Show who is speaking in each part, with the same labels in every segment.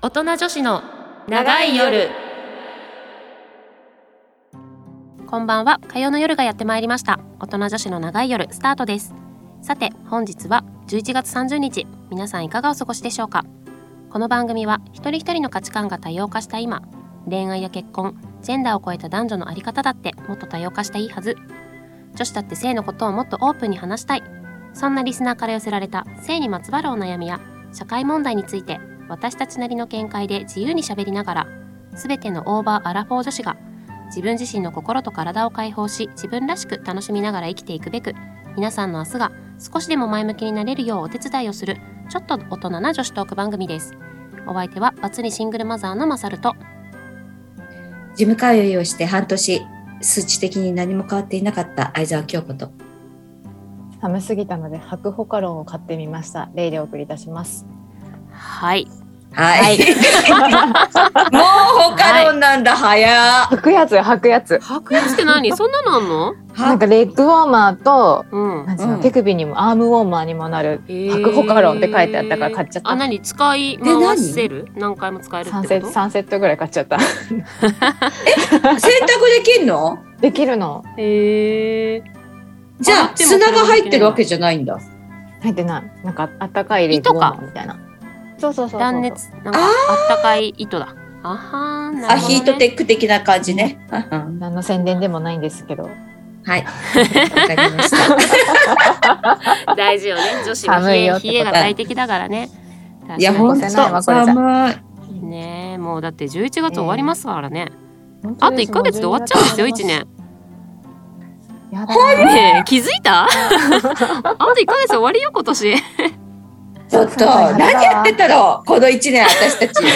Speaker 1: 大人女子の長い夜こんばんは火曜の夜がやってまいりました大人女子の長い夜スタートですさて本日は11月30日皆さんいかがお過ごしでしょうかこの番組は一人一人の価値観が多様化した今恋愛や結婚ジェンダーを超えた男女のあり方だってもっと多様化したいいはず女子だって性のことをもっとオープンに話したいそんなリスナーから寄せられた性にまつわるお悩みや社会問題について私たちなりの見解で自由にしゃべりながら全てのオーバーアラフォー女子が自分自身の心と体を解放し自分らしく楽しみながら生きていくべく皆さんの明日が少しでも前向きになれるようお手伝いをするちょっと大人な女子トーク番組ですお相手はバツにシングルマザーのマサルと
Speaker 2: 事務通いをして半年数値的に何も変わっていなかった相沢京子と
Speaker 3: 寒すぎたので白ホカロンを買ってみました。例でお送りいたします。
Speaker 1: はい
Speaker 2: はい、 もう他論なんだ、早
Speaker 3: 履くやつよ履くやつ。
Speaker 1: 白熱って何そんなのあんの
Speaker 3: なんかレッグウォーマーと
Speaker 1: うん
Speaker 3: なんつうの、
Speaker 2: うん
Speaker 3: 手首にもアームウォーマーにもなる白ホカロンって書いてあったから買っちゃった
Speaker 1: あ何使い回せる何回も使えるっ
Speaker 3: 三
Speaker 1: てこ
Speaker 3: セッ
Speaker 1: と
Speaker 3: ト三セットぐらい買っちゃった。
Speaker 2: 洗濯できんの
Speaker 3: できるの
Speaker 1: へえ
Speaker 2: じゃあ砂が入ってるわけじゃないんだ
Speaker 3: 入ってない。なんかあったかいレッグウォーマーみたいな。そうそうそうそう。
Speaker 1: 断熱なんか
Speaker 2: あー
Speaker 1: あったかい糸だあはーな
Speaker 2: ア
Speaker 1: るほど、ね、
Speaker 2: ヒートテック的な感じねは
Speaker 3: 何の宣伝でもないんですけど。
Speaker 2: いわかりました
Speaker 1: 大事よね女子は
Speaker 3: 寒
Speaker 1: 冷
Speaker 3: いよ
Speaker 1: え
Speaker 3: ってこと
Speaker 1: 冷えが大敵だからね
Speaker 2: いや
Speaker 1: 確か
Speaker 2: 本
Speaker 1: に
Speaker 2: 当
Speaker 3: 越せないわこれじゃ
Speaker 2: 寒い
Speaker 1: ねえもうだって11月終わりますからね、あ
Speaker 3: あ
Speaker 1: と1ヶ月で終わっちゃうんですよ1。年
Speaker 3: やだな
Speaker 1: ねえ気づいた あと1ヶ月で終わりよ今 年
Speaker 2: ちょっと何やってたろうこの一年私たちちょっ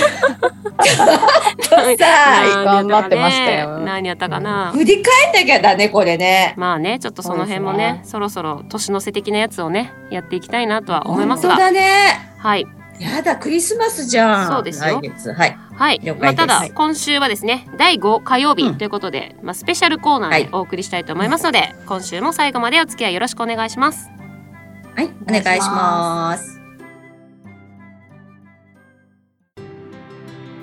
Speaker 2: とさ
Speaker 3: 頑張ってましたよ
Speaker 1: 何やったかな、
Speaker 2: 振り返んなきゃだねこれね
Speaker 1: まあねちょっとその辺も
Speaker 3: そう
Speaker 1: ね
Speaker 3: です
Speaker 1: そろそろ年の瀬的なやつをねやっていきたいなとは思います
Speaker 2: 本当
Speaker 1: が
Speaker 2: だね
Speaker 1: はい
Speaker 2: やだクリスマスじゃん
Speaker 1: そうですよ
Speaker 2: 来月はい
Speaker 1: はい
Speaker 2: 了解です
Speaker 1: まあ、ただ今週はですね第5火曜
Speaker 2: う
Speaker 1: 日
Speaker 2: ん
Speaker 1: ということで、まあ、スペシャルコーナーでお送りしたいと思いますので、今週も最後までお付き合いよろしくお願いします
Speaker 2: はい、お願いします。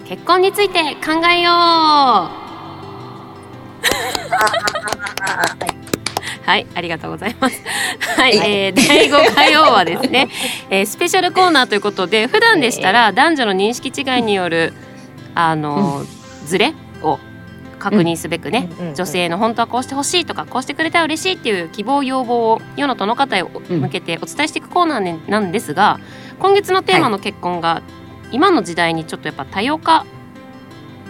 Speaker 1: 結婚について考えよう はい、ありがとうございます。 はい、えー、第5火曜はですね、 えースペシャルコーナーということで、普段でしたら男女の認識違いによるあのズレを確認すべくね、
Speaker 3: うんうん
Speaker 1: 女性の本当はこうしてほしいとかこうしてくれたら嬉しいっていう希望要望を世の殿方へ向けてお伝えしていくコーナーねなんですが、今月のテーマの結婚が今の時代にちょっとやっぱ多様化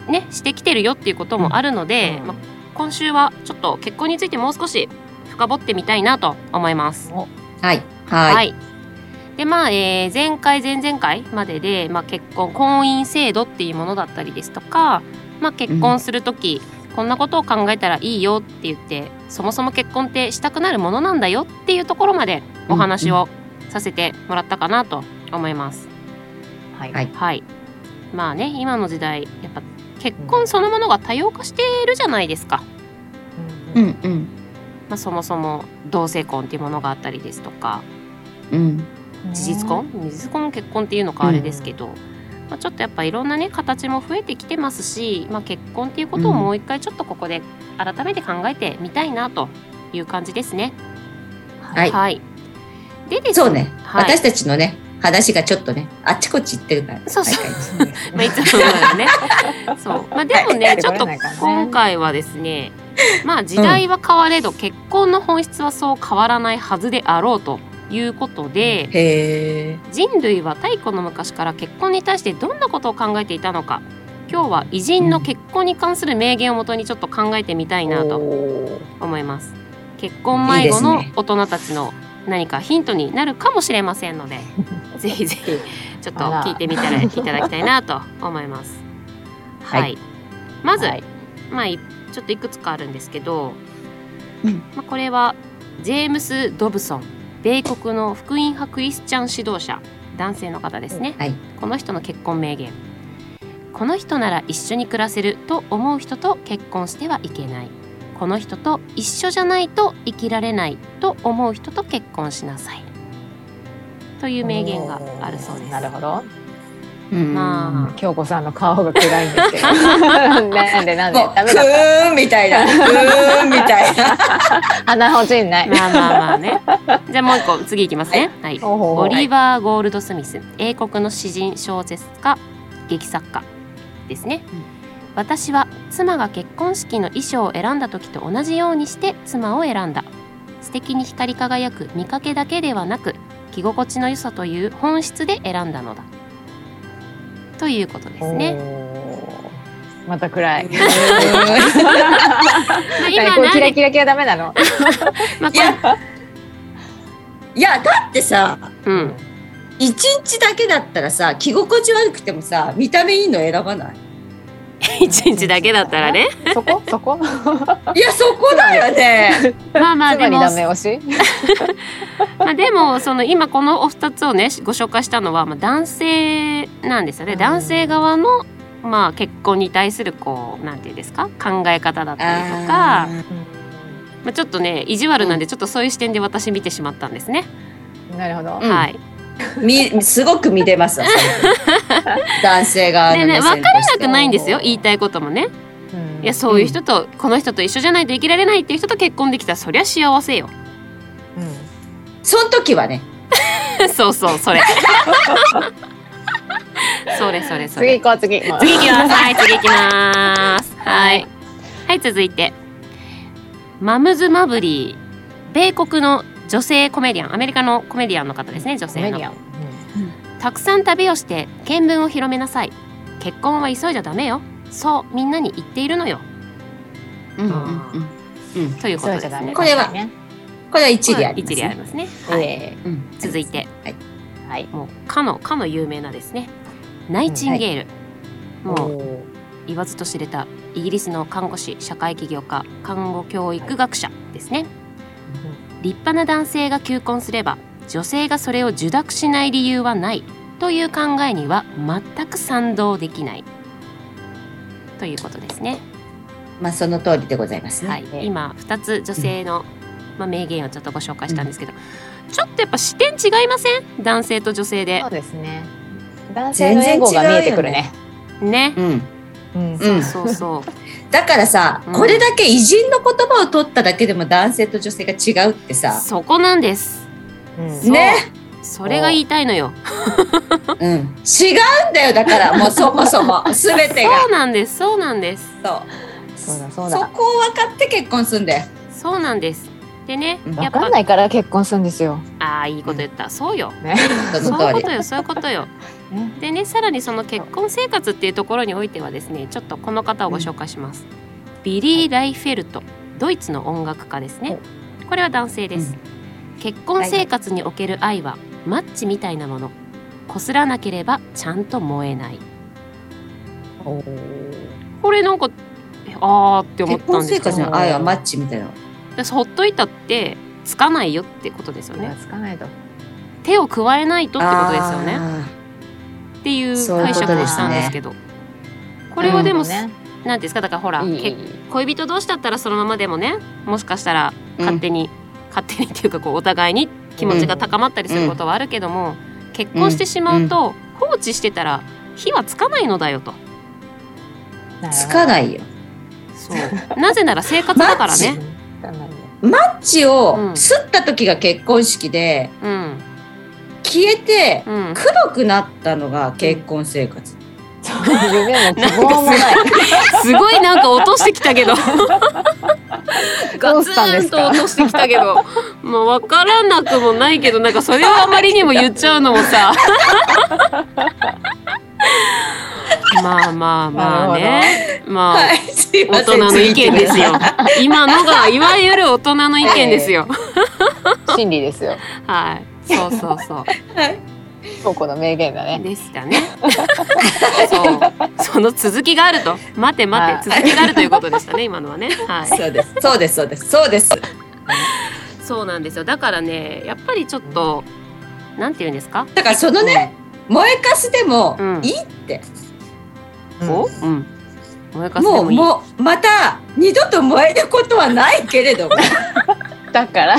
Speaker 1: ねしてきてるよっていうこともあるので、
Speaker 3: うん
Speaker 1: まあ、今週はちょっと結婚についてもう少し深掘ってみたいなと思います。
Speaker 2: はい、はい、
Speaker 1: でまあえー前回前々回までで、まあ、結婚婚姻制度っていうものだったりですとか、まあ、結婚する時、こんなことを考えたらいいよって言ってそもそも結婚ってしたくなるものなんだよっていうところまでお話をさせてもらったかなと思います。
Speaker 3: はい
Speaker 2: はい
Speaker 1: はい、まあね今の時代やっぱ結婚そのものが多様化しているじゃないですか、
Speaker 3: う
Speaker 2: うんん、うん、
Speaker 1: まあ、そもそも同性婚っていうものがあったりですとか
Speaker 2: うん、
Speaker 1: 事実婚事実婚結婚っていうのかあれですけど、まあ、ちょっとやっぱいろんなね形も増えてきてますし、まあ、結婚っていうことを
Speaker 2: うん
Speaker 1: もう一回ちょっとここで改めて考えてみたいなという感じですね。
Speaker 2: は
Speaker 3: はい
Speaker 1: でです
Speaker 2: そうね、
Speaker 1: はい
Speaker 2: 私たちのね、話がちょっとね、あっちこっち行ってるから。
Speaker 1: そうそうま
Speaker 2: 毎回
Speaker 1: あ、いつものよ ね。そう、まあ、でも
Speaker 3: は
Speaker 1: ね、
Speaker 3: い
Speaker 1: ちょっと今回はですね。まあ、時代は変われど、結婚の本質はそう変わらないはずであろうということで。
Speaker 2: へえ、
Speaker 1: 人類は太古の昔から結婚に対してどんなことを考えていたのか。今日は偉人の結婚に関する名言をもとにちょっと考えてみたいなと
Speaker 2: おー
Speaker 1: 思います。結婚迷子
Speaker 2: いい
Speaker 1: の
Speaker 2: ですね
Speaker 1: 大人たちの何かヒントになるかもしれませんの で、ぜひぜひちょっと聞いてみたらいただきたいなと思います。はい、
Speaker 2: はい
Speaker 1: まず、
Speaker 3: はい
Speaker 1: まあいちょっといくつかあるんですけど、
Speaker 2: うん
Speaker 1: まあ、これはジェームス・ドブソン米国の福音派クリスチャン指導者男性の方ですね、
Speaker 2: はい
Speaker 1: この人の結婚名言この人なら一緒に暮らせると思う人と結婚してはいけないこの人と一緒じゃないと生きられないと思う人と結婚しなさいという名言があるそうです
Speaker 3: なるほど。
Speaker 2: うん
Speaker 1: ま
Speaker 3: 京子さんの顔が暗い んですけど。なんでなんで
Speaker 2: もう、
Speaker 3: ダメ
Speaker 2: ふ
Speaker 3: だっ
Speaker 2: ーんみたいな、ふーんみたいな。
Speaker 3: た。鼻ほじんない。
Speaker 1: まあまあまあね。じゃあもう一個次いきますね。はい。
Speaker 3: ほうほうほ
Speaker 1: オ
Speaker 3: う
Speaker 1: リバー・ゴールドスミス英国の詩人小説家劇作家ですね、私は妻が結婚式の衣装を選んだ時と同じようにして妻を選んだ素敵に光り輝く見かけだけではなく着心地の良さという本質で選んだのだということですね、
Speaker 3: おーまた暗い。
Speaker 2: う
Speaker 1: まあ、
Speaker 3: 何
Speaker 1: 今
Speaker 3: こ
Speaker 1: な
Speaker 3: れ
Speaker 1: ん
Speaker 3: キラ
Speaker 1: で、
Speaker 3: キラ系はダメ なの。
Speaker 1: まあ、
Speaker 2: んいや、いや、だってさ、
Speaker 1: うん、
Speaker 2: 一日だけだったらさ、着心地悪くてもさ、見た目いいの選ばない。
Speaker 1: 一日だけだったらね
Speaker 3: そこそこ。
Speaker 2: いや、そこだよね。
Speaker 1: まあまあで
Speaker 3: 妻に
Speaker 1: も
Speaker 3: ダメ押し。
Speaker 1: まあ、でもその今このお二つをねご紹介したのは、まあ、男性なんですよね、
Speaker 3: うん
Speaker 1: 男性側の、まあ、結婚に対するこうなんていうんですか考え方だったりとかまあ、ちょっとね意地悪なんで、ちょっとそういう視点で私見てしまったんですね。
Speaker 3: なるほど
Speaker 2: う。ん
Speaker 1: はい、
Speaker 2: み、すごく見 れますわ。それ男性が。
Speaker 1: でね分からなくないんですよ
Speaker 3: そう
Speaker 1: 言いたいこともね。
Speaker 3: うん
Speaker 1: いやそういう人と、この人と一緒じゃないと生きられないっていう人と結婚できたらそりゃ幸せよ。
Speaker 3: うん
Speaker 2: その時はね。
Speaker 1: そうそうそれ。 それそれそれ。
Speaker 3: 次行こう次。
Speaker 1: 次行きます。はい、次行きます。はい。はい、続いて。マムズ・マブリー。米国の女性コメディアン。アメリカのコメディアンの方ですね、女
Speaker 3: コ
Speaker 1: 性
Speaker 3: メデ
Speaker 1: の
Speaker 3: ィ。アン。
Speaker 1: たくさん旅をして、見聞を広めなさい。結婚は急いじゃダメよ。そう、みんなに言っているのよ。
Speaker 2: うん
Speaker 1: うんうんということですね。
Speaker 2: これは
Speaker 3: ね。
Speaker 2: これは一理あります、
Speaker 1: 一理ありますね。はい
Speaker 2: えーうん
Speaker 1: 続いて、
Speaker 3: はい。
Speaker 1: もう、かの、かの有名なですね。ナイチンゲール。もう、
Speaker 3: う。
Speaker 1: 言わずと知れたイギリスの看護師社会起業家看護教育学者ですね、立派な男性が求婚すれば女性がそれを受諾しない理由はないという考えには全く賛同できないということですね、
Speaker 2: まあその通りでございますね。
Speaker 1: はい
Speaker 3: ね、
Speaker 1: 今2つ女性の、まあ、名言をちょっとご紹介したんですけど、ちょっとやっぱ視点違いません男性と女性で
Speaker 3: そうですね。男性のエゴが見えてくるね。
Speaker 1: ね、
Speaker 2: うん。
Speaker 3: うん
Speaker 2: うん
Speaker 1: そう そう
Speaker 2: だからさ、
Speaker 1: うん
Speaker 2: これだけ偉人の言葉を取っただけでも男性と女性が違うってさ、
Speaker 1: そこなんです
Speaker 3: うん
Speaker 1: そう
Speaker 2: ね
Speaker 1: それが言いたいのよ
Speaker 2: うん、違うんだよだからもうそもそ も全てが
Speaker 1: そうなんですそうなんです
Speaker 2: そう
Speaker 3: そうだそ
Speaker 2: そう
Speaker 3: だ。
Speaker 2: こを分かって結婚すんだよ。
Speaker 1: そうなんです。でね
Speaker 2: うん、
Speaker 1: や
Speaker 3: わ
Speaker 1: っぱ
Speaker 3: かんないから結婚するんですよ。
Speaker 1: ああーいいこと言った。そうよ。
Speaker 3: ね。
Speaker 2: そ
Speaker 1: そうい
Speaker 2: の
Speaker 1: うこ
Speaker 2: 通り
Speaker 1: と。よ、そういうことよ。でね、さらにその結婚生活っていうところにおいてはですね、ちょっとこの方をご紹介します。ビリー・ライフェルト、ドイツの音楽家ですね。これは男性です。結婚生活における愛はマッチみたいなもの。こすらなければちゃんと燃えない。これなんかあーって思っ
Speaker 2: 結
Speaker 1: た
Speaker 2: 婚
Speaker 1: んで
Speaker 2: 生
Speaker 1: すけ
Speaker 2: 活
Speaker 1: ど、
Speaker 2: の愛はマッチみたいな。
Speaker 1: 私ほっといたってつかないよってことですよね。
Speaker 3: つかないと。
Speaker 1: 手を加えないとってことですよね。
Speaker 2: あ
Speaker 1: っていう解釈をしたんですけどこれはでも、なんていうんですかだからほら
Speaker 3: いいいい
Speaker 1: け恋人同士だったらそのままでもねもしかしたら
Speaker 2: ー。
Speaker 1: 勝手に、勝手にっていうかこうお互いに気持ちが高まったりすることはあるけども、結婚してしまうと、放置してたら火はつかないのだよと
Speaker 2: うんつか
Speaker 3: い
Speaker 2: ないよ。
Speaker 1: そうなぜ なら生活だからね。
Speaker 3: つかないよ。
Speaker 2: マッチ
Speaker 1: うん
Speaker 2: をすった時が結婚式で
Speaker 1: うん
Speaker 2: 消えて
Speaker 1: うん
Speaker 2: 黒くなったのが結婚生活。
Speaker 3: そう夢も希望もない。
Speaker 1: すごいなんか落としてきたけど
Speaker 3: ど
Speaker 1: ガ
Speaker 3: う
Speaker 1: ツ
Speaker 3: したんで
Speaker 1: ン
Speaker 3: す
Speaker 1: と
Speaker 3: か
Speaker 1: 落としてきたけ どまあ分からなくもないけどなんかそれをあまりにも言っちゃうのも さまあまあまあねまあ、
Speaker 2: はい、すいま
Speaker 1: 大
Speaker 2: せん
Speaker 1: 人の意見ですよ。今のがいわゆる大人の意見ですよ。
Speaker 3: 真理ですよ。
Speaker 1: はい、そうそう そう。
Speaker 2: はい
Speaker 3: ここの名言だね。
Speaker 1: でしたね。そう、その続きがあると、待て待て、
Speaker 2: はい
Speaker 1: 続きがあるということで したね、今のはね。はい。
Speaker 2: そうです。そうです。そうです。そうです。
Speaker 1: そうなんですよだからねやっぱりちょっとなんて言うんですか
Speaker 2: だからそのね、燃えかすでも
Speaker 1: うん
Speaker 2: いいって、
Speaker 1: こう、うん、燃えかすで
Speaker 2: も
Speaker 1: も
Speaker 2: う
Speaker 1: いい
Speaker 2: もうまた二度と燃えることはないけれども
Speaker 3: だから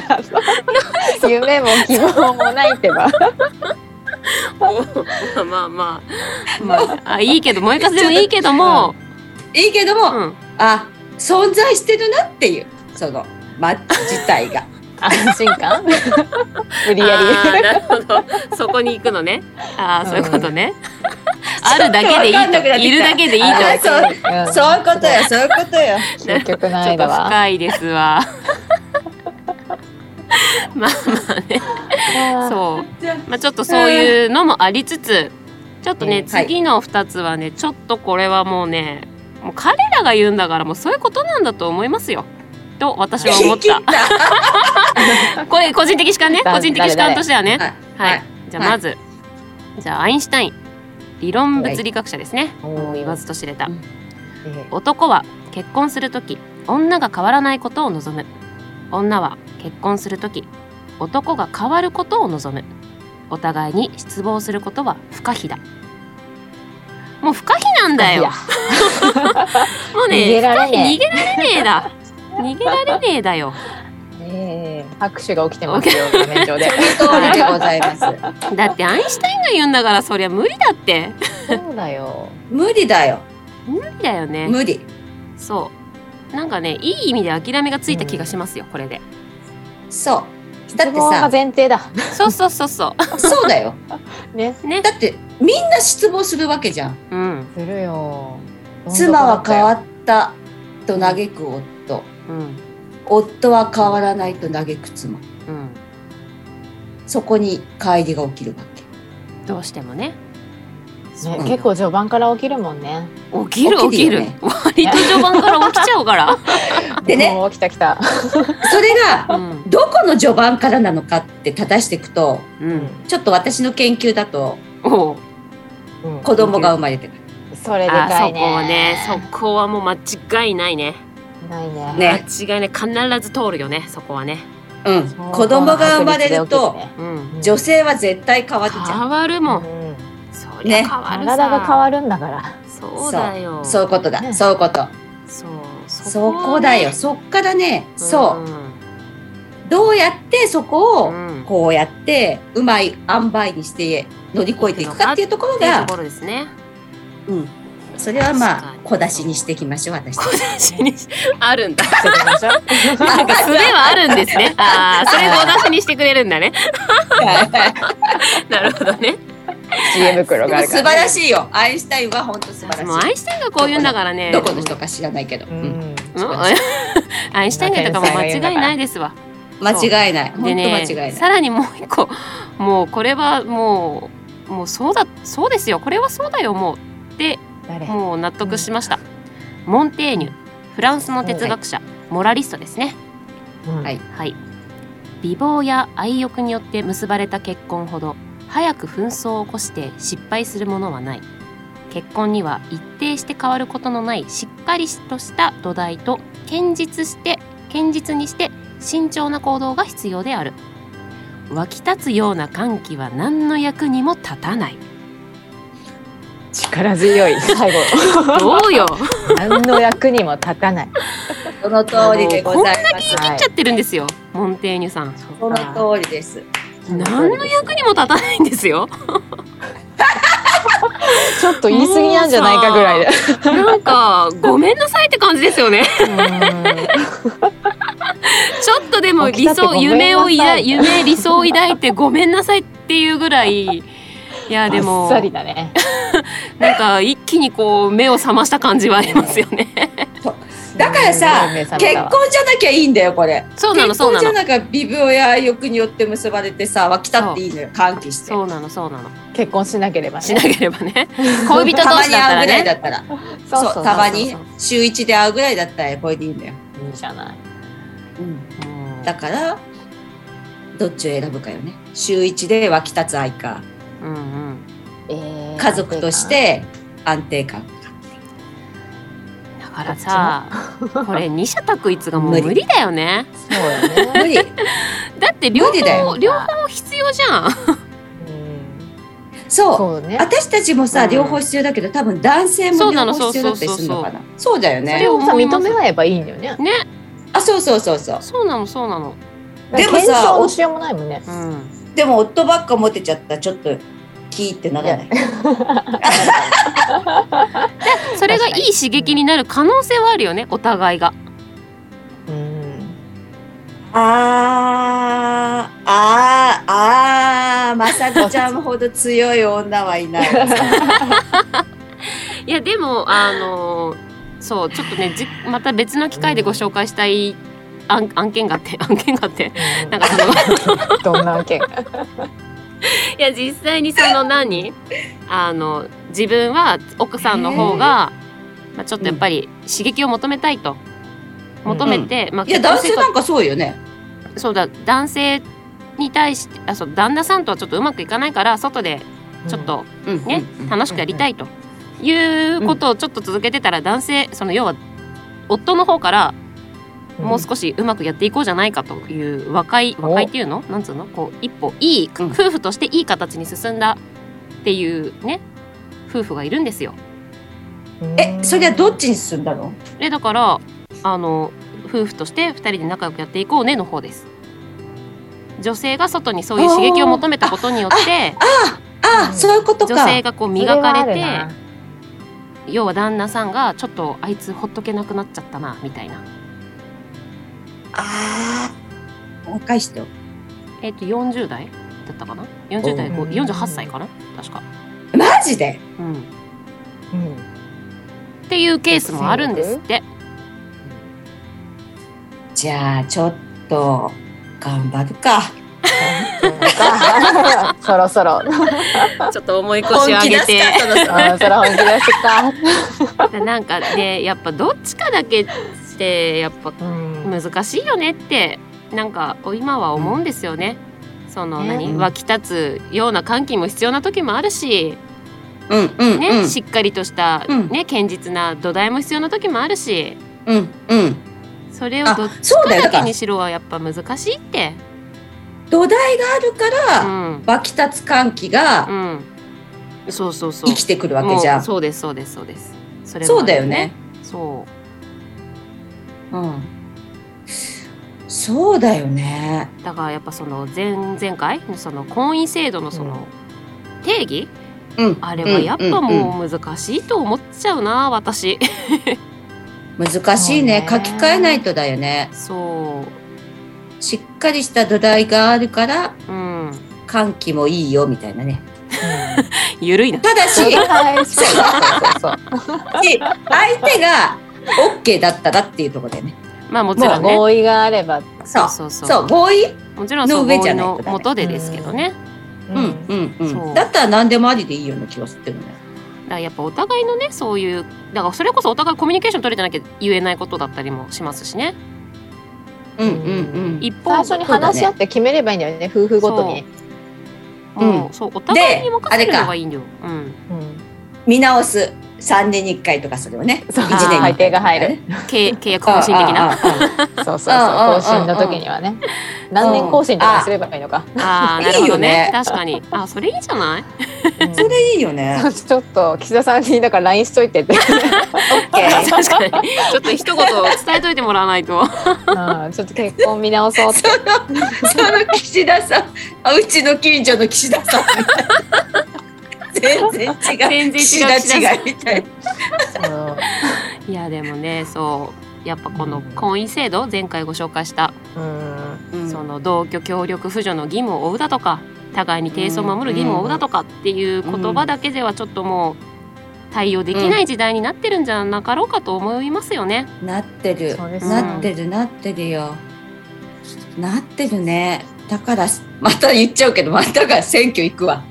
Speaker 3: 夢も希望もないってば。
Speaker 1: まあ まあまあ、まあ、あいいけど燃えかすでもいいけども、
Speaker 2: いいけど
Speaker 1: う
Speaker 2: も、
Speaker 1: ん、
Speaker 2: あ存在してるなっていうそのマッチ自体が
Speaker 3: 安心感無理や
Speaker 1: あー
Speaker 3: り
Speaker 1: なるほどそこに行くのね ああそういうことね、あるだけでい
Speaker 2: ちょっとわかんなくな
Speaker 1: いと
Speaker 2: ってきた
Speaker 1: いるだけでいいと
Speaker 2: あそう
Speaker 3: うん
Speaker 2: そういうことよそういうことよ
Speaker 3: 消極の
Speaker 1: ちょっ
Speaker 3: 間
Speaker 1: と
Speaker 3: は
Speaker 1: 深いです わまあまあねそうまあ、ちょっとそういうのもありつつちょっとね、
Speaker 3: うん
Speaker 2: はい
Speaker 1: 次の2つはねちょっとこれはもうねもう彼らが言うんだからもうそういうことなんだと思いますよと私は思っ
Speaker 2: 聞き
Speaker 1: たこれ個人的主観ね
Speaker 3: だ
Speaker 1: 個人的主観としてはね
Speaker 2: はい
Speaker 1: はい、
Speaker 2: はい
Speaker 1: じゃあまず、じゃあアインシュタイン理論物理学者ですね、
Speaker 3: はい
Speaker 1: もう言わずと知れた、
Speaker 2: うん
Speaker 1: 男は結婚する時女が変わらないことを望む女は結婚する時男が変わることを望むお互いに失望することは不可避だもう不可避なんだよ
Speaker 3: いや
Speaker 1: もうね
Speaker 3: 逃げられね
Speaker 1: 不可避逃げられねえ だ逃げられねえだよ
Speaker 3: ええ拍手が起きてますよ画面上で
Speaker 2: 通りでございます
Speaker 1: だってアインシュタインが言うんだからそりゃ無理だって
Speaker 3: そうだよ
Speaker 2: 無理だよ
Speaker 1: 無理だよね
Speaker 2: 無理
Speaker 1: そうなんかねいい意味で諦めがついた気がしますよ、これで
Speaker 2: そうだ
Speaker 3: 質
Speaker 2: って
Speaker 3: 問が
Speaker 2: さ
Speaker 3: 前提だ
Speaker 1: そうそうそうそ
Speaker 2: そうだよ
Speaker 3: ね
Speaker 1: うね
Speaker 2: だってみんな失望するわけじゃん
Speaker 1: うん
Speaker 3: するよ
Speaker 2: 妻は変わ
Speaker 3: っ
Speaker 2: ったと嘆く夫
Speaker 1: うん
Speaker 2: 夫は変わらないと嘆く妻
Speaker 1: うん
Speaker 2: そこに乖離が起きるわけ
Speaker 1: どうしてもね
Speaker 3: ね
Speaker 2: うん
Speaker 3: 結構序盤から起きるもんね
Speaker 1: 起きる起
Speaker 2: 起
Speaker 1: き
Speaker 2: き
Speaker 1: る
Speaker 2: るよね
Speaker 1: 割と序盤から起きちゃうから、
Speaker 2: でね
Speaker 3: もう起きた来た
Speaker 2: それが
Speaker 1: うん
Speaker 2: どこの序盤からなのかって正していくと
Speaker 1: うん、
Speaker 2: ちょっと私の研究だと
Speaker 1: おう
Speaker 3: うん
Speaker 2: 子供が生まれてくる
Speaker 3: それで
Speaker 1: あ
Speaker 3: か
Speaker 1: そ
Speaker 3: いね
Speaker 1: こはねそこはもう間違いないね
Speaker 3: ないね
Speaker 2: ね
Speaker 1: 間違いない必ず通るよねそこはね、
Speaker 2: うん
Speaker 3: そう
Speaker 2: 子供が生まれると
Speaker 1: うん、
Speaker 2: 女性は絶対変わるじゃん
Speaker 1: 変わるもん、
Speaker 3: うん
Speaker 1: そりゃ変
Speaker 2: ね
Speaker 1: わるさ、
Speaker 3: 体が変わるんだ から
Speaker 1: そうだよ
Speaker 2: そういうこと
Speaker 3: ね
Speaker 2: だそういうこと
Speaker 1: そう
Speaker 2: そ
Speaker 1: そ
Speaker 2: こだよそっからねそうどうやってそこ
Speaker 1: う
Speaker 2: を
Speaker 1: ん、うん、こ
Speaker 2: こうやってうまい塩梅にして乗り越えていくかっていうところ
Speaker 1: ういう
Speaker 2: が
Speaker 1: ところですね
Speaker 2: うん、それはまあ
Speaker 1: 確かに
Speaker 2: 小出しにしていきましょう 私たち
Speaker 1: 小出しにしあるんだ。
Speaker 3: していきましょ う
Speaker 1: なんか素ではあるんですね。ああ、それ小出しにしてくれるんだね。なるほどね。
Speaker 3: 知恵袋
Speaker 2: で
Speaker 3: があ
Speaker 2: も
Speaker 3: る
Speaker 2: 素
Speaker 3: か
Speaker 2: 晴
Speaker 3: ら
Speaker 2: らしいよアインシュタインは本当素晴らしい
Speaker 1: もうアインシュタインがこう言うんだからね。
Speaker 2: どこの人か知らないけど、う、
Speaker 3: うんん
Speaker 1: うん。うん アインシュタインがとかも間違いないですわ。
Speaker 2: 間違いない本
Speaker 1: で
Speaker 2: 当間
Speaker 1: ね
Speaker 2: 違いない、
Speaker 1: さらにもう一個、もうこれはもうもうそうだそうですよ。これはそうだよもうで
Speaker 3: 誰
Speaker 1: もう納得しました。モンテーニュ、フランスの哲学者、モラリストですね。
Speaker 3: うん
Speaker 2: はい
Speaker 1: はい、美貌や愛欲によって結ばれた結婚ほど早く紛争を起こして失敗するものはない結婚には一定して変わることのないしっかりとした土台と堅実して堅実にして慎重な行動が必要である湧き立つような歓喜は何の役にも立たない
Speaker 3: 力強い最後
Speaker 1: どうよ
Speaker 3: 何の役にも立たない
Speaker 2: その通りでございます
Speaker 3: はい
Speaker 1: ちゃってるんですよモンテーニュさん
Speaker 2: その通り です
Speaker 1: 何の役にも立たないんです よ
Speaker 3: ちょっと言い過ぎなんじゃないかぐらいで
Speaker 1: なんかごめんなさいって感じですよねちょっとでも理
Speaker 3: 起きたって
Speaker 1: 想
Speaker 3: ごめんなさい
Speaker 1: 夢をいだ夢理想を抱いてごめんなさいっていうぐらいいやで
Speaker 3: あっ
Speaker 1: も
Speaker 3: さりだね
Speaker 1: なんか一気にこう目を覚ました感じはありますよね
Speaker 2: だからさ
Speaker 3: 結
Speaker 2: 結婚じゃなきゃいいんだよこれ
Speaker 1: そうなの
Speaker 2: 結
Speaker 1: そう
Speaker 2: 婚
Speaker 1: な
Speaker 2: じゃ
Speaker 1: の
Speaker 2: なきゃ微妙や愛欲によって結ばれてさ湧き立っていいのよ歓喜して
Speaker 1: そうなのそうなの
Speaker 3: 結婚しなければね
Speaker 1: しなければね恋人
Speaker 2: た
Speaker 1: 同
Speaker 2: ま
Speaker 1: 士
Speaker 2: に
Speaker 1: だったら
Speaker 2: 会うぐらい
Speaker 1: ね
Speaker 2: だったら
Speaker 3: そう
Speaker 2: そ
Speaker 3: そう
Speaker 2: うたま
Speaker 1: そう
Speaker 2: に
Speaker 1: そう
Speaker 2: 週一で会うぐらいだったらこれでいいんだよ、
Speaker 3: いいじゃない
Speaker 2: うん、
Speaker 1: うん
Speaker 2: だからどっちを選ぶかよね週一で湧き立つ愛か
Speaker 1: うんうん
Speaker 3: えー
Speaker 2: 家族として安定感
Speaker 1: だからさこれ二者択一がもう無理だよね
Speaker 3: そうよね
Speaker 2: 無理
Speaker 1: だって両
Speaker 2: 無理だ
Speaker 1: 方
Speaker 2: よ
Speaker 1: 両方必要じゃん
Speaker 3: うん
Speaker 2: そう
Speaker 3: そうね
Speaker 2: 私たちもさ、
Speaker 1: うん
Speaker 2: 両方必要だけど多分男性
Speaker 1: そ
Speaker 2: も
Speaker 1: うな
Speaker 2: 両
Speaker 1: の
Speaker 2: 方必要だったり
Speaker 1: そう
Speaker 2: す
Speaker 1: そうそうそう
Speaker 2: るのかなそうだよ
Speaker 3: そ
Speaker 1: そ
Speaker 3: れ
Speaker 1: れ
Speaker 2: ね
Speaker 1: を
Speaker 3: をさ
Speaker 1: 思います
Speaker 3: 認め合えばいいんだよね
Speaker 1: ね
Speaker 2: あそうそうそうそう
Speaker 1: そうなのそうなの
Speaker 2: でもさ
Speaker 3: 検証のしようもないもんね
Speaker 1: うん
Speaker 2: でも夫ばっかモテちゃったらちょっとキーってならない。
Speaker 1: それがいい刺激になる可能性はあるよねお互いが
Speaker 3: うん
Speaker 2: あーあーああまさみちゃんほど強い女はいない。
Speaker 1: いやでもあのそうちょっとねじまた別の機会でご紹介したい案案件があって 案件があってなんかそ の
Speaker 3: どんなわけ
Speaker 1: いや実際にその何あの自分は奥さんの方が、まあ、ちょっとやっぱり刺激を求めたいと求めて、まあ、
Speaker 2: いや
Speaker 1: 結婚
Speaker 2: 男
Speaker 1: 生
Speaker 2: 性
Speaker 1: 活
Speaker 2: なんかそうよね。
Speaker 1: そうだ男性に対してあそう旦那さんとはちょっとうまくいかないから外でちょっと
Speaker 2: うん
Speaker 1: ね、楽しくやりたいということをちょっと続けてたら男性その要は夫の方からもう少しうまくやっていこうじゃないかという和解
Speaker 3: お
Speaker 1: 和解っていうのなんつうのこう一歩いい、
Speaker 2: うん
Speaker 1: 夫婦としていい形に進んだっていうね夫婦がいるんですよ。
Speaker 2: えそれはどっちに進んだの？
Speaker 1: でだからあの夫婦として2人で仲良くやっていこうねの方です。女性が外にそういう刺激を求めたことによって
Speaker 2: ああそういうことか。
Speaker 1: 女性がこう磨かれて
Speaker 3: そはあるな
Speaker 1: 要は旦那さんがちょっとあいつほっとけなくなっちゃったなみたいな
Speaker 2: ああ若い人。
Speaker 1: えっ、と40代だったかな40代こう
Speaker 3: うん
Speaker 1: 48歳かな確か、
Speaker 2: マジで？
Speaker 1: うん、っ
Speaker 3: うん
Speaker 1: ていうケースもあるんですって
Speaker 2: じゃあちょっと頑張るか。
Speaker 3: そろそろ、
Speaker 1: ちょっと重い
Speaker 2: 本気出すか そろそろ
Speaker 3: あーそろ本気出してきた。
Speaker 1: なんかねやっぱどっちかだけしてやっぱ
Speaker 3: うん、
Speaker 1: 難しいよねってなんか今は思うんですよね。その
Speaker 2: ね
Speaker 1: 何湧き立つような歓喜も必要な時もあるし、
Speaker 2: うんうんうん
Speaker 1: ねしっかりとした、
Speaker 2: うん
Speaker 1: ね堅実な土台も必要な時もあるし
Speaker 2: うんうん。
Speaker 1: それを
Speaker 2: あ
Speaker 1: どっち
Speaker 2: そう
Speaker 1: か
Speaker 2: だよ
Speaker 1: だ
Speaker 2: だか
Speaker 1: け
Speaker 2: ら
Speaker 1: にしろはやっぱ難しいって。
Speaker 2: 土台があるから。
Speaker 1: うん
Speaker 2: 湧き立つ歓喜が
Speaker 1: うん、そうそうそう
Speaker 2: 生きてくるわけじゃ。
Speaker 1: もうんそうですそうですそうですそれも
Speaker 2: そうだよね。
Speaker 1: そう
Speaker 2: うん。そうだよね。
Speaker 1: だからやっぱその前前回のその婚姻制度のその定義、
Speaker 2: うん。
Speaker 1: あれはやっぱ
Speaker 2: うん
Speaker 1: もう難しいと思っちゃうな私
Speaker 2: 難しいね。
Speaker 3: そ
Speaker 2: 書
Speaker 3: うね
Speaker 2: き換えないとだよね。
Speaker 1: そ
Speaker 2: しっかりした土台があるから、
Speaker 1: ううん
Speaker 2: 歓喜もいいよ、みたいなね。
Speaker 1: ゆるいな
Speaker 2: ただ し、
Speaker 3: そう
Speaker 2: し
Speaker 3: そうそうそう
Speaker 2: 相手が OK だったらっていうところでね。
Speaker 1: まあもち
Speaker 3: も
Speaker 1: ろ
Speaker 3: うん
Speaker 1: ね
Speaker 3: 合意があれば、
Speaker 2: そう。そ
Speaker 1: そうそう
Speaker 2: う合意
Speaker 1: もちろんその
Speaker 2: の上
Speaker 1: 合
Speaker 2: じ
Speaker 1: 意
Speaker 2: ゃない
Speaker 1: の
Speaker 2: とダメ
Speaker 1: もとでですけどね
Speaker 3: う
Speaker 2: うん、うん、う。
Speaker 1: そうん
Speaker 2: だったら何でもありでいいような気がするけどね。
Speaker 1: だからやっぱお互いのねそういうだからそれこそお互いコミュニケーション取れてなきゃ言えないことだったりもしますしね
Speaker 2: うん、うん、
Speaker 1: 一
Speaker 3: 最
Speaker 1: 方
Speaker 3: 初に話し合って決めればいいんだよね、夫婦ごとに。
Speaker 1: うん
Speaker 2: うん
Speaker 1: そうお互いに任せる
Speaker 2: あれ
Speaker 1: の
Speaker 2: か
Speaker 1: がいいんだよ、うん、
Speaker 3: うん
Speaker 2: うん。見直す。3年に1回とかそれをね。
Speaker 3: そう
Speaker 2: 1年に一回
Speaker 3: 改定が入る。
Speaker 1: 契契約更新的な
Speaker 2: ああああああ
Speaker 3: そうそうそう、
Speaker 2: うんうんうんうん
Speaker 3: 更新の時にはね。何年更新とかにすればいいのか。
Speaker 1: ああ
Speaker 2: いい
Speaker 1: なるほどね
Speaker 2: よね
Speaker 1: 確かにあそれいいじゃない
Speaker 3: うん
Speaker 2: それいいよね。
Speaker 3: ちょっと岸田さんにだから LINE しといてって、
Speaker 2: オッケー。
Speaker 1: 確かにちょっと一言伝えといてもらわないと
Speaker 3: うん、ちょっと結婚見直そうって
Speaker 2: その、その岸田さん、あ、うちの近所の岸田さんみたいな。全然違う。
Speaker 1: 全然違う
Speaker 2: 岸田違いみたいな。
Speaker 1: いやでもねそうやっぱこ
Speaker 3: う
Speaker 1: の
Speaker 3: ん
Speaker 1: 婚姻制度前回ご紹介した、
Speaker 3: うん
Speaker 2: うん
Speaker 1: その同居協力扶助の義務を負うだとか互いに定数を守る義務を負うだとかっていう言葉だけではちょっともう対応できない時代になってるんじゃなかろうかと思いますよね。
Speaker 2: なってる。
Speaker 3: そうです
Speaker 1: ね
Speaker 2: なってる、なってるよ。なってるね。だから、また言っちゃうけど、またが選挙行くわ。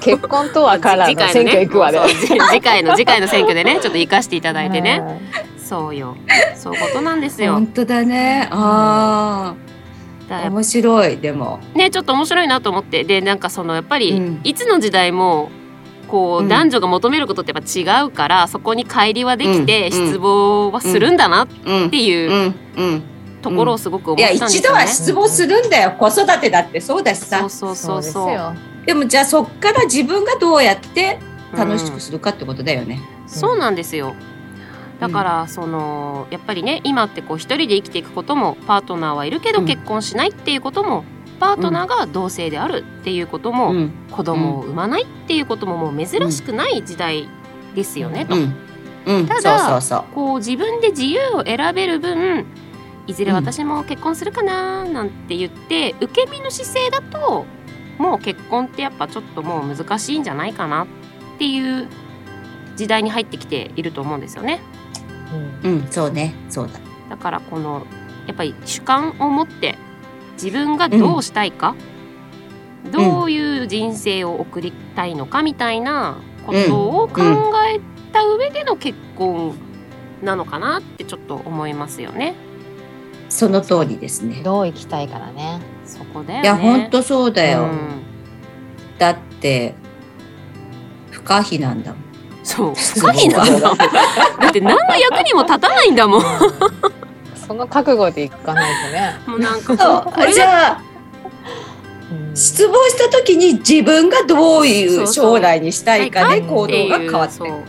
Speaker 3: 結婚とはから
Speaker 1: 次
Speaker 3: の
Speaker 1: 回
Speaker 3: 選挙行くわで、
Speaker 1: そう 次回の次回の選挙でねちょっと生かしていただいてね。
Speaker 3: う
Speaker 1: そうよ。そういうことなんですよ
Speaker 2: 本。当だね。あ
Speaker 1: だから
Speaker 2: あ、
Speaker 1: やっ
Speaker 2: 面白い、でも。
Speaker 1: ぱねちょっと面白いなと思ってでなんかそのやっぱり、
Speaker 2: うん
Speaker 1: いつの時代もこう、
Speaker 2: うん
Speaker 1: 男女が求めることってやっぱ違うからそこに乖離はできて、
Speaker 2: うん
Speaker 1: 失望はするんだなっ
Speaker 2: うん。
Speaker 1: て
Speaker 2: う。
Speaker 1: いうん
Speaker 2: うん。
Speaker 1: ところをすごく思っ
Speaker 2: いや、
Speaker 1: たんです
Speaker 2: 一度
Speaker 1: よね。
Speaker 2: は失望するんだよ。子育てだってそうだし
Speaker 1: そ
Speaker 2: さ
Speaker 1: う。そうそ
Speaker 3: そう
Speaker 1: う
Speaker 3: です
Speaker 1: そう。
Speaker 3: よ。
Speaker 2: でも、じゃあ、そっから自分がどうやって楽し
Speaker 1: うん
Speaker 2: くするかってことだよね。
Speaker 1: そうなんですよ。だからそのやっぱりね今ってこう一人で生きていくこともパートナーはいるけど
Speaker 2: うん
Speaker 1: 結婚しないっていうこともパートナーが同性であるっていうことも、
Speaker 2: うん
Speaker 1: 子供を産まないっていうことももう珍しくない時代ですよね、と。
Speaker 2: うんうん
Speaker 1: た
Speaker 2: そう
Speaker 1: だ
Speaker 2: そうそう
Speaker 1: こう自分で自由を選べる分いずれ私も結婚するかななんて言って、受け身の姿勢だともう結婚ってやっぱちょっともう難しいんじゃないかなっていう時代に入ってきていると思うんですよね。
Speaker 3: うん
Speaker 2: うんそうねそうだ
Speaker 1: だからこのやっぱり主観を持って自分がどうしたいか、どういう人生を送りたいのかみたいなことを考えた上での結婚なのかなってちょっと思いますよね。
Speaker 2: その通りですね
Speaker 3: どう生きたいからね。
Speaker 1: そこだよね。
Speaker 2: いや本当そうだ
Speaker 1: う
Speaker 2: よ、
Speaker 1: ん
Speaker 2: だって不可避なんだもん
Speaker 1: そう。不
Speaker 2: 質
Speaker 1: 可
Speaker 2: 問
Speaker 1: 避なんだもん。だって何の役にも立たないんだ もん。
Speaker 3: その覚悟でいかない
Speaker 1: もうなんか
Speaker 2: そ
Speaker 1: ここれ
Speaker 2: うじゃあ
Speaker 3: とね。うん
Speaker 2: 失望した時に自分がどういう将来にしたいかで
Speaker 3: そう
Speaker 2: 行動
Speaker 3: そう
Speaker 2: が変わって
Speaker 1: そう
Speaker 2: く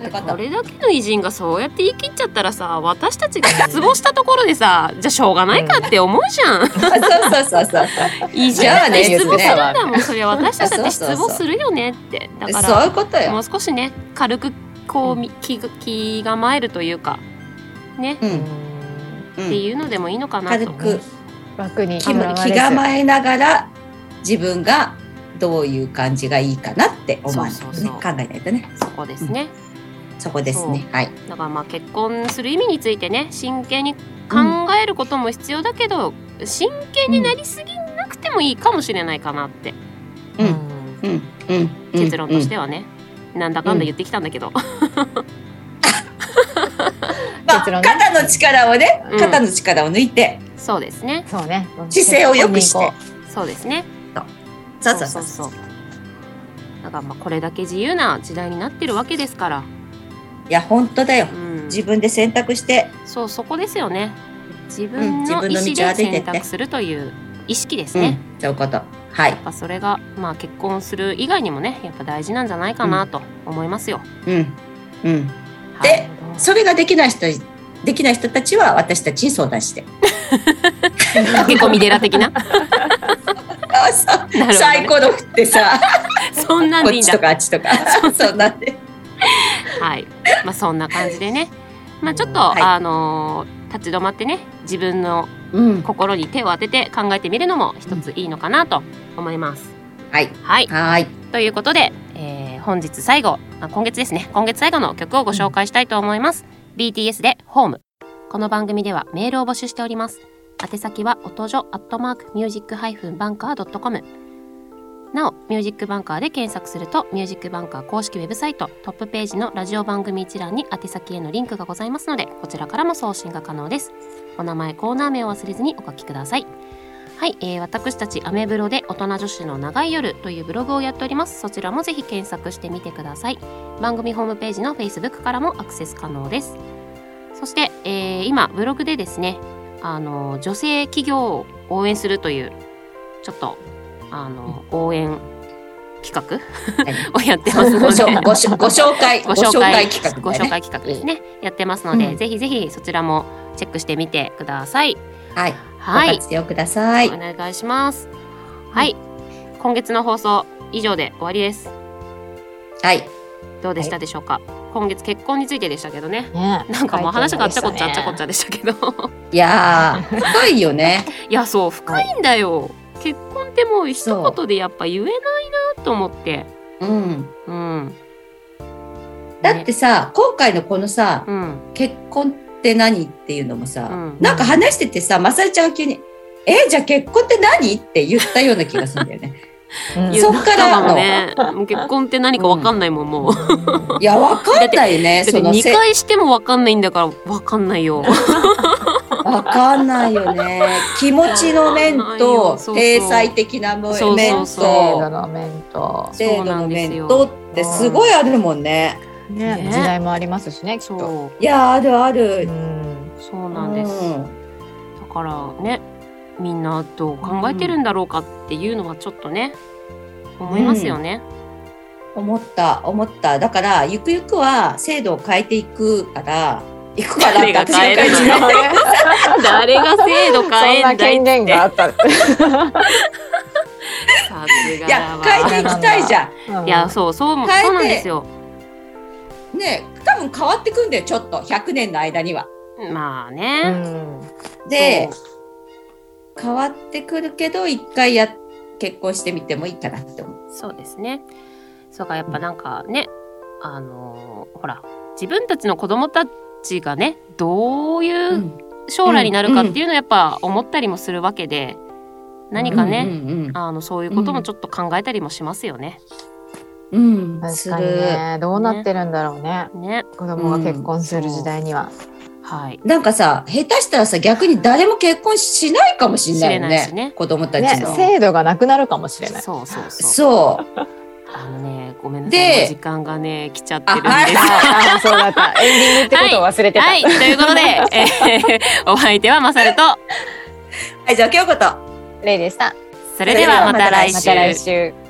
Speaker 2: る
Speaker 1: だってこれだけの偉人がそうやって言い切っちゃったらさ私たちが失望したところでさじゃあしょうがないかって思うじゃん
Speaker 2: そうそうそうそう
Speaker 1: 偉人
Speaker 2: じゃ
Speaker 1: だ
Speaker 2: あ
Speaker 1: っ
Speaker 2: ね
Speaker 1: て失望するん
Speaker 3: 言
Speaker 1: だ
Speaker 3: う
Speaker 1: もんそれは私たちだって
Speaker 2: そうそう
Speaker 1: 失
Speaker 2: そう
Speaker 1: 望するよねってだか
Speaker 2: そう
Speaker 1: ら
Speaker 2: いうこと
Speaker 1: もう
Speaker 2: よ、
Speaker 1: 少しね軽くこうみ気が気構えるというかね、
Speaker 2: う
Speaker 3: うんん
Speaker 2: う
Speaker 1: って
Speaker 2: ん、
Speaker 1: いうのでもいいのかな
Speaker 2: 軽
Speaker 1: と
Speaker 2: く
Speaker 3: 楽に
Speaker 2: 気
Speaker 3: とらわれ
Speaker 2: 気
Speaker 3: ず
Speaker 2: 構えながら自分がどういう感じがいいかなって思わないと
Speaker 1: そ
Speaker 2: ね
Speaker 1: うそうそう
Speaker 2: 考えないとね
Speaker 1: そこですね、
Speaker 2: そこですねはい
Speaker 1: だからまあ結婚する意味についてね真剣に考えることも必要だけど、真剣になりすぎなくてもいいかもしれないかなって、
Speaker 2: うん
Speaker 3: うん
Speaker 2: うんうんうん
Speaker 1: 結論として
Speaker 2: うん
Speaker 1: はね、なんだかんだ言ってきたんだけど、
Speaker 2: ま
Speaker 3: 結論
Speaker 2: あ、
Speaker 3: ね
Speaker 2: 肩の力をね
Speaker 1: うん
Speaker 2: 肩の力を抜いて、
Speaker 1: そうですね
Speaker 3: そうね。
Speaker 2: 姿勢を良くし
Speaker 3: 結
Speaker 2: て
Speaker 3: 婚に行こ
Speaker 1: そうですね
Speaker 2: そうそうそう
Speaker 1: そ
Speaker 2: そう
Speaker 1: うだからまあこれだけ自由な時代になってるわけですから、
Speaker 2: いや本当だよ
Speaker 1: うん、
Speaker 2: 自分で選択して
Speaker 1: そうそこですよね自
Speaker 2: うん
Speaker 1: 分
Speaker 2: 自
Speaker 1: の
Speaker 2: 分
Speaker 1: 意
Speaker 2: の
Speaker 1: 思で
Speaker 2: 道を歩いてって
Speaker 1: 選択するという意識です
Speaker 2: う
Speaker 1: ね、
Speaker 2: んそういうことはい
Speaker 1: やっぱそれが、まあ、結婚する以外にもねやっぱ大事なんじゃないかなと思いますよ。
Speaker 2: うんうん
Speaker 1: はい
Speaker 2: で
Speaker 3: う
Speaker 2: それができない人できない人たちは私たちに相談して。
Speaker 1: 駆け込み寺的 な
Speaker 2: あそう
Speaker 1: なるほどね
Speaker 2: サイコロ振ってさ、
Speaker 1: そんなん
Speaker 2: こっ
Speaker 1: でいいん
Speaker 2: ち
Speaker 1: だ
Speaker 2: と。かあっちとか、そうなんで。
Speaker 1: はい。まあそんな感じでね。まあちょっと、
Speaker 2: はい
Speaker 1: あのー立ち止まってね自分の
Speaker 2: うん、
Speaker 1: 心に手を当てて考えてみるのも一ついいのかなと思います。
Speaker 2: はい、
Speaker 1: はい。
Speaker 2: はーい、
Speaker 1: ということで、えー本日最後、あ今月ですね、今月最後の曲をご紹介したいと思います。BTS でホーム。この番組ではメールを募集しております。宛先は音女アットマークミュージックハイフンバンカー .com なお、ミュージックバンカーで検索すると、ミュージックバンカー公式ウェブサイト、トップページのラジオ番組一覧に宛先へのリンクがございますので、こちらからも送信が可能です。お名前、コーナー名を忘れずにお書きください。はい、えー私たちアメブロで大人女子の長い夜というブログをやっております。そちらもぜひ検索してみてください。番組ホームページの Facebook からもアクセス可能です。そして、えー今ブログでですね、あの女性企業を応援するというちょっとあの応援企 画をやってますの
Speaker 2: ごしょ
Speaker 1: で。
Speaker 2: ごしょご紹介、
Speaker 1: ご
Speaker 2: ご
Speaker 1: 紹
Speaker 2: 紹
Speaker 1: 介
Speaker 2: 介企画だね。
Speaker 1: ご紹介企画ですね、やってますので、
Speaker 2: うん
Speaker 1: ぜひぜひそちらもチェックしてみてください。
Speaker 2: はい、
Speaker 1: は
Speaker 2: ご
Speaker 1: い。
Speaker 2: 活用ください。
Speaker 1: お願いします。はい、今月の放送以上で終わりです。
Speaker 2: はい、
Speaker 1: どうでしたでしょうか。今月結婚についてでしたけどね。
Speaker 3: ね。
Speaker 1: なんかもう話があっちゃこっちゃあっちゃこっち
Speaker 3: ゃ。
Speaker 1: ゃでしたけど。
Speaker 2: いやー、深いよね。
Speaker 1: いや、そう、深いんだよ。結婚ってもう一言でやっぱ言えないなと思って。
Speaker 2: うん、
Speaker 1: うん。
Speaker 2: だって
Speaker 1: ね、
Speaker 2: さ、今回のこのさ、
Speaker 1: うん、
Speaker 2: 結婚って何っていうのもさ、
Speaker 1: うん
Speaker 2: なんか話しててさ、まさるちゃんが急に。えじゃあ結婚って何って言ったような気がするんだ よね。
Speaker 3: うん
Speaker 2: そっか
Speaker 1: だからら
Speaker 2: の。
Speaker 1: ね、もう結婚って何かわかんないもん、もう。だ
Speaker 2: いや、わかんないね。
Speaker 1: って
Speaker 2: その
Speaker 1: 二
Speaker 2: せ、
Speaker 1: 回してもわかんないんだから、わかんないよ。
Speaker 2: わかんないよね。気持ちの面
Speaker 1: わかんないよ
Speaker 2: と、
Speaker 1: そうそう
Speaker 2: 体裁的な面
Speaker 1: そうそうそう
Speaker 3: 制度
Speaker 2: と、
Speaker 3: の面と。
Speaker 2: 制
Speaker 1: そう
Speaker 2: 度
Speaker 1: な
Speaker 2: の
Speaker 1: んです
Speaker 2: 面
Speaker 1: よ
Speaker 2: とってすごいあるもんね。
Speaker 3: ね
Speaker 1: ね
Speaker 3: 時代もありますしねきっと。
Speaker 1: そう、
Speaker 2: いや、あるあ
Speaker 3: う
Speaker 2: る。
Speaker 3: ん
Speaker 1: そうなんです。
Speaker 2: うん
Speaker 1: だからねみんなどう考えてるんだろうかっていうのはちょっとね、思いますよね。
Speaker 2: 思った、思った。だから、ゆくゆくは制度を変えていくから、行くからって
Speaker 1: 誰が
Speaker 2: 私の
Speaker 1: 変え
Speaker 2: 会
Speaker 1: るの
Speaker 2: 社
Speaker 1: 誰が制度
Speaker 3: そ
Speaker 1: 変
Speaker 3: ん
Speaker 1: え
Speaker 3: なん
Speaker 1: だい
Speaker 3: 権限があった。
Speaker 1: さすが
Speaker 2: いや
Speaker 1: だ
Speaker 2: 変
Speaker 1: わ
Speaker 2: えていきたいじゃ
Speaker 1: いやそうそうも
Speaker 2: 変えて
Speaker 1: そうなんですよ
Speaker 2: んね多分変わってくんだよちょっと100年の間には
Speaker 1: まあ
Speaker 3: う
Speaker 1: ね、
Speaker 3: ん。
Speaker 2: で変わってくるけど一回や結婚してみてもいいかなって思う
Speaker 1: そうですねそうかやっぱなんかねあのーほら自分たちの子供たちがねどういううん将来になるかっていうのはやっぱ思ったりもするわけで何かね、
Speaker 2: うんうん
Speaker 1: あのそういうこともちょっと考えたりもしますよね。
Speaker 2: うん、うん、
Speaker 3: 確
Speaker 2: す
Speaker 3: かに
Speaker 2: る
Speaker 3: ね。どうなってるんだろうね。
Speaker 1: ね
Speaker 3: 子供が結婚する時代には。
Speaker 1: はい
Speaker 2: なんかさ下手したらさ逆に誰も結婚しないかもしれないよ
Speaker 1: しれない
Speaker 2: ね
Speaker 1: しね
Speaker 2: 子供た
Speaker 3: ね
Speaker 2: ちの、
Speaker 3: 制度がなくなるかもしれない。
Speaker 1: そうそうそう
Speaker 2: そう
Speaker 1: あのねごめんなさい
Speaker 2: で
Speaker 1: もう時間がね来ちゃってるんで
Speaker 2: あはい
Speaker 1: す
Speaker 3: ああそうだった。エンディングってことを忘れてた。
Speaker 1: はい、ということで、えーお相手はマサルと、
Speaker 2: はいじゃあ京子と
Speaker 3: レイでした。
Speaker 1: それではまた来
Speaker 2: ま
Speaker 3: ま
Speaker 1: 週
Speaker 3: た。来週。